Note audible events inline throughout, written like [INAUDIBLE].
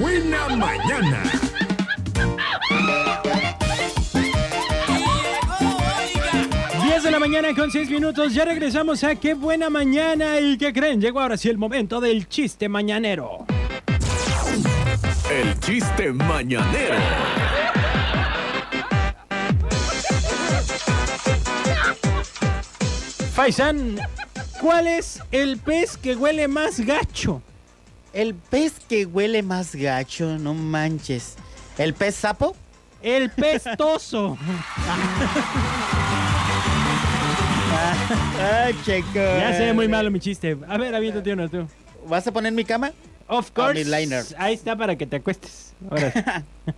buena mañana. Llegó, 10 de la mañana con 6 minutos, ya regresamos a Qué Buena Mañana y ¿qué creen? Llegó ahora sí el momento del chiste mañanero. El chiste mañanero. Faisán, ¿cuál es el pez que huele más gacho? El pez que huele más gacho, no manches. ¿El pez sapo? El [LAUGHS] pestoso. Ah, checo. ya sé, muy malo mi chiste. A ver, aviéntate uno tú. ¿Vas a poner mi cama? Of A course. mi liner. Ahí está para que te acuestes. Ahora sí.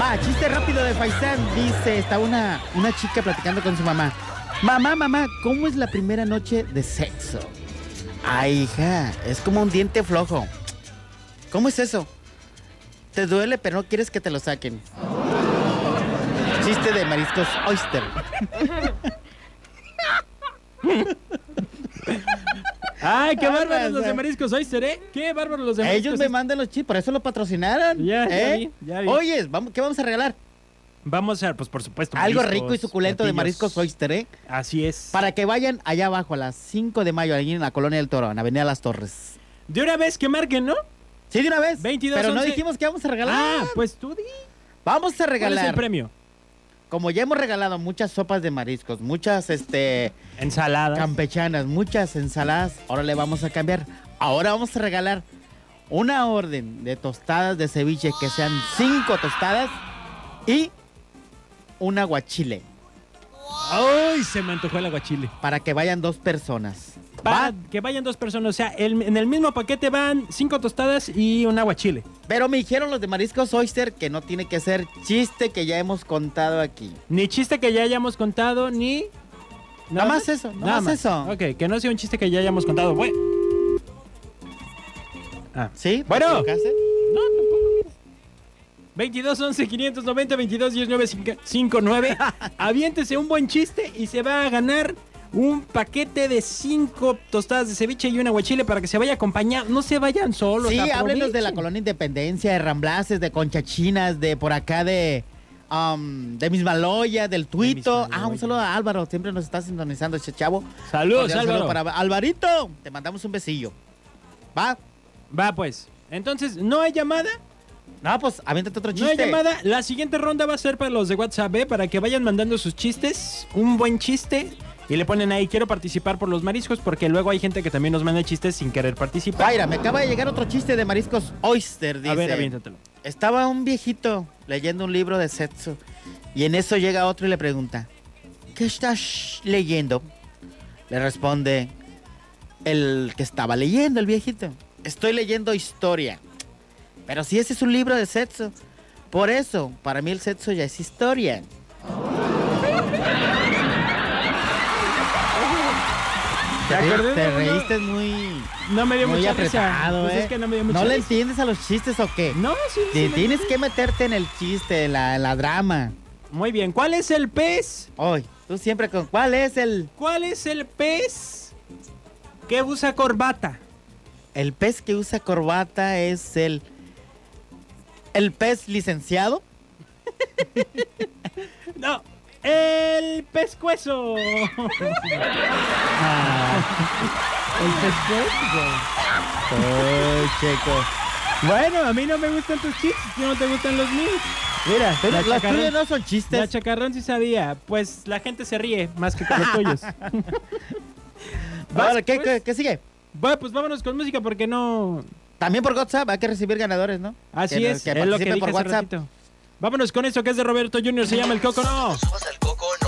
Va, chiste rápido de Faisán. Dice, está una, una chica platicando con su mamá. Mamá, mamá, ¿cómo es la primera noche de sexo? Ay, hija, es como un diente flojo. ¿Cómo es eso? Te duele, pero no quieres que te lo saquen. Chiste de mariscos oyster. Ay, [LAUGHS] qué Ay, bárbaros los pasa. de mariscos oyster, ¿eh? Qué bárbaros los de mariscos. Ellos me Oyster. mandan los chistes, por eso lo patrocinaron. Ya, ya ¿eh? vi, ya vi. Oyes, vamos, ¿qué vamos a regalar? Vamos a, pues por supuesto. Algo mariscos, rico y suculento de platillos. mariscos oyster, ¿eh? Así es. Para que vayan allá abajo a las 5 de mayo, allí en la Colonia del Toro, en Avenida Las Torres. De una vez que marquen, ¿no? Sí, de una vez. 22, pero no 11. dijimos que vamos a regalar. Ah, pues tú di. vamos ¿Cuál a es el regalar. premio? Como ya hemos regalado muchas sopas de mariscos, muchas este Ensalada. campechanas, muchas ensaladas, ahora le vamos a cambiar. Ahora vamos a regalar una orden de tostadas de ceviche que sean 5 tostadas y un aguachile Ay, se me antojó el aguachile. para que vayan dos personas. Para Va, que vayan dos personas, o sea, el- en el mismo paquete van cinco tostadas y un aguachile. Pero me dijeron los de Mariscos Oyster que no tiene que ser chiste que ya hemos contado aquí. Ni chiste que ya hayamos contado, ni... Nada más eso, nada más eso. Ok, que no sea un chiste que ya hayamos contado. pues. Bueno. Ah. ¿Sí? Bueno. ¿Te equivocaste? 22 11 590 22 10 9 5 [LAUGHS] 59. Aviéntese un buen chiste y se va a ganar un paquete de 5 tostadas de ceviche y un aguachile para que se vaya acompañado. No se vayan solos. Sí, háblenos aprovechen. de la colonia Independencia, de Ramblases, de Conchachinas, de por acá de. am, de Mismaloya, del Tuito. Ah, un Mismaloya. saludo a Álvaro, siempre nos está sintonizando, che chavo. Saludos, Cordial Álvaro. saludo para Alvarito, te mandamos un besillo. ¿Va? Va, pues. Entonces, no hay llamada. No, pues aviéntate otro No hay chiste. llamada. La siguiente ronda va a ser para los de WhatsApp, ¿eh? para que vayan mandando sus chistes. Un buen chiste. Y le ponen ahí, quiero participar por los mariscos, porque luego hay gente que también nos manda chistes sin querer participar. Zaira, me acaba de llegar otro chiste de mariscos oyster, dice. a ver, aviéntatelo. Estaba un viejito leyendo un libro de sexo y en eso llega otro y le pregunta, ¿qué estás leyendo? Le responde el que estaba leyendo, el viejito. Estoy leyendo historia. Pero si ese es un libro de sexo. Por eso, para mí el sexo ya es historia. ¿Te Te, acuerdas? te No, no. reíste muy, No me dio muy mucha risa. apretado, Pues ¿eh? es que no me dio mucha ¿No le risa. entiendes a los chistes o qué? No, sí, sí Te le tienes entendí. que meterte en el chiste, en la, en la drama. Muy bien, ¿cuál es el pez? Hoy, tú siempre con... ¿Cuál es el, ¿Cuál es el pez que usa corbata? el pez que usa corbata? ¿Es el... ¿El pez licenciado? No, el pescuezo. [LAUGHS] Ah. ¿El pez Ay, checo. bueno, a mí no me gustan tus chistes, no te gustan los míos. Mira, tú- la los chacarrón. tuyos no son La chistes. chacarrón sí sabía, pues la gente se ríe más que con los [LAUGHS] tuyos. Ahora, Vas, ¿qué, pues. qué- qué sigue? Bueno, pues vámonos con música porque no... También por WhatsApp hay que recibir ganadores, ¿no? Así Que- es, que es lo que participen dije por hace WhatsApp. [LAUGHS] ratito. Vámonos con esto que es de Roberto Junior, se llama El Coco No. Subas al coco, no.